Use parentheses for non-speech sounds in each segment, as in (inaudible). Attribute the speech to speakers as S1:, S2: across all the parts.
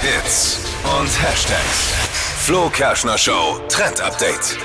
S1: Hits und Hashtags. Flo Kerschner Show Trend Update.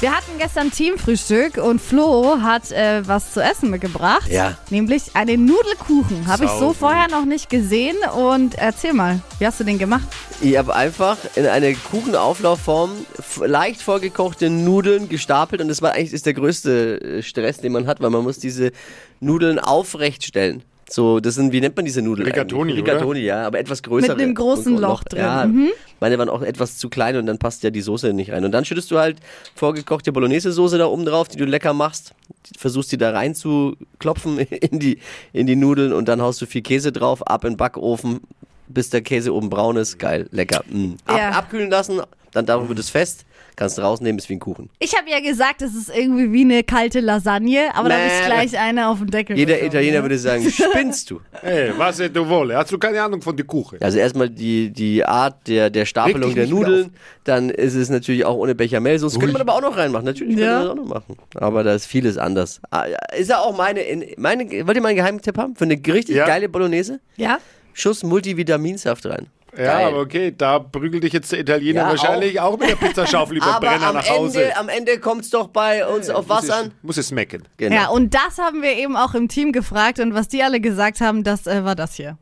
S2: Wir hatten gestern Teamfrühstück und Flo hat äh, was zu essen mitgebracht.
S3: Ja.
S2: Nämlich einen Nudelkuchen. Habe ich so
S3: Saugut.
S2: vorher noch nicht gesehen. Und erzähl mal, wie hast du den gemacht?
S3: Ich habe einfach in eine Kuchenauflaufform f- leicht vorgekochte Nudeln gestapelt und das war eigentlich ist der größte äh, Stress, den man hat, weil man muss diese Nudeln aufrecht stellen. So, das sind, wie nennt man diese Nudeln?
S4: Rigatoni,
S3: eigentlich? Rigatoni, ja, aber etwas größere.
S2: Mit einem großen
S3: und- und
S2: Loch drin,
S3: Ja,
S2: mhm.
S3: meine waren auch etwas zu klein und dann passt ja die Soße nicht rein. Und dann schüttest du halt vorgekochte Bolognese-Soße da oben drauf, die du lecker machst, versuchst die da rein zu klopfen (laughs) in die, in die Nudeln und dann haust du viel Käse drauf, ab in den Backofen, bis der Käse oben braun ist. Geil, lecker. Mm. Ab,
S2: Ja.
S3: Abkühlen lassen, dann darüber wird es fest, kannst rausnehmen, ist wie ein Kuchen.
S2: Ich habe ja gesagt, es ist irgendwie wie eine kalte Lasagne. Aber da
S3: Nee.
S2: habe ich gleich eine auf den Deckel
S3: Jeder
S2: bekommen,
S3: Italiener
S2: ne?
S3: würde sagen, spinnst du?
S4: Ey, was er du wolle. Hast du keine Ahnung von der Kuche?
S3: Also erstmal die, die Art der, der Stapelung
S4: Richtig
S3: der
S4: nicht mehr
S3: Nudeln, dann ist es natürlich auch ohne Becher Mehlsoße. Könnte man aber auch noch reinmachen, natürlich
S2: Ja.
S3: könnte man das auch noch machen. Aber da ist vieles anders. Ah, ja, Ist ja auch meine, in- meine, wollt ihr mal einen Geheimtipp haben? Für eine richtig
S4: Ja.
S3: geile Bolognese?
S2: Ja.
S3: Schuss Multivitaminsaft rein.
S4: Ja,
S3: Geil.
S4: aber okay, da prügelt dich jetzt der Italiener
S3: Ja,
S4: wahrscheinlich auch. mit der Pizzaschaufel über den
S3: Aber
S4: Brenner
S3: am
S4: nach Hause.
S3: Ende, am Ende kommt's doch bei uns auf was
S4: muss
S3: an.
S4: es, muss es mecken.
S3: Genau.
S2: Ja, und das haben wir eben auch im Team gefragt. Und was die alle gesagt haben, das äh, war das hier.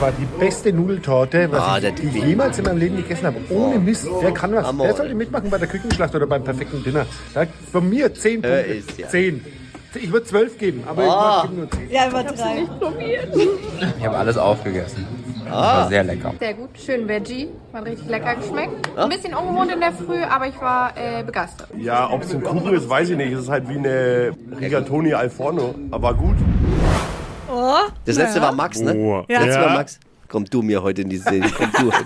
S5: war die beste Nudeltorte, was
S3: Ah,
S5: ich,
S3: der-
S5: die ich jemals in meinem Leben gegessen habe. Ohne Mist, der kann was.
S3: Amore.
S5: Der sollte mitmachen bei der Küchenschlacht oder beim perfekten Dinner. Da, von mir 10 Punkte.
S3: ist ja- Ah.
S5: 10. Ich würde 12 geben, aber ich gebe nur 10.
S2: Ja, übertreiben.
S6: Ich habe alles aufgegessen. War sehr lecker.
S7: Sehr gut, schön Veggie, hat richtig lecker geschmeckt. Ein bisschen ungewohnt in der Früh, aber ich war äh, begeistert.
S8: Ja, ob es ein Kuchen ist, weiß ich nicht. Es ist halt wie eine Rigatoni al Forno, aber gut.
S2: Oh,
S3: Das letzte war Max, ne?
S2: Ja.
S3: Letztes Mal, Max. Komm du mir heute in die Serie. Komm du heute.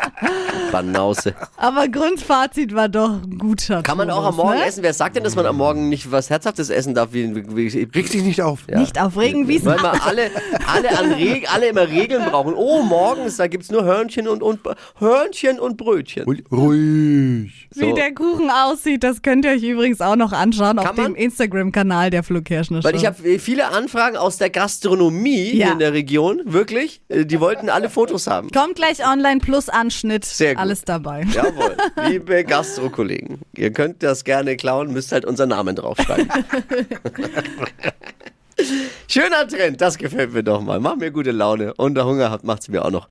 S4: (laughs)
S3: Banause.
S2: aber Grundfazit war doch ein guter
S3: Kann man auch
S2: Thomas,
S3: am Morgen
S2: ne?
S3: essen? Wer sagt denn, dass man am Morgen nicht was Herzhaftes essen darf? Wie, wie, wie,
S4: Reg dich nicht auf.
S3: ja.
S2: Nicht aufregen, wie es
S3: Weil wir alle, alle, an Reg alle immer Regeln brauchen. Oh, morgens, da gibt's nur Hörnchen und, und Hörnchen und Brötchen.
S4: Ruhig.
S2: Wie
S3: So.
S2: der Kuchen aussieht, das könnt ihr euch übrigens auch noch anschauen auf
S3: Kann man?
S2: dem Instagram-Kanal der Flo Kerschner
S3: Weil
S2: Show.
S3: ich habe viele Anfragen aus der Gastronomie
S2: Ja.
S3: hier in der Region, wirklich. Äh, Die wollten alle Fotos haben.
S2: Kommt gleich online plus Anschnitt.
S3: Sehr gut.
S2: Alles dabei.
S3: Jawohl, liebe Gastro-Kollegen, ihr könnt das gerne klauen, müsst halt unseren Namen
S4: (laughs)
S3: draufschreiben. Schöner Trend, das gefällt mir doch mal. Macht mir gute Laune und der Hunger habt, macht's mir auch noch.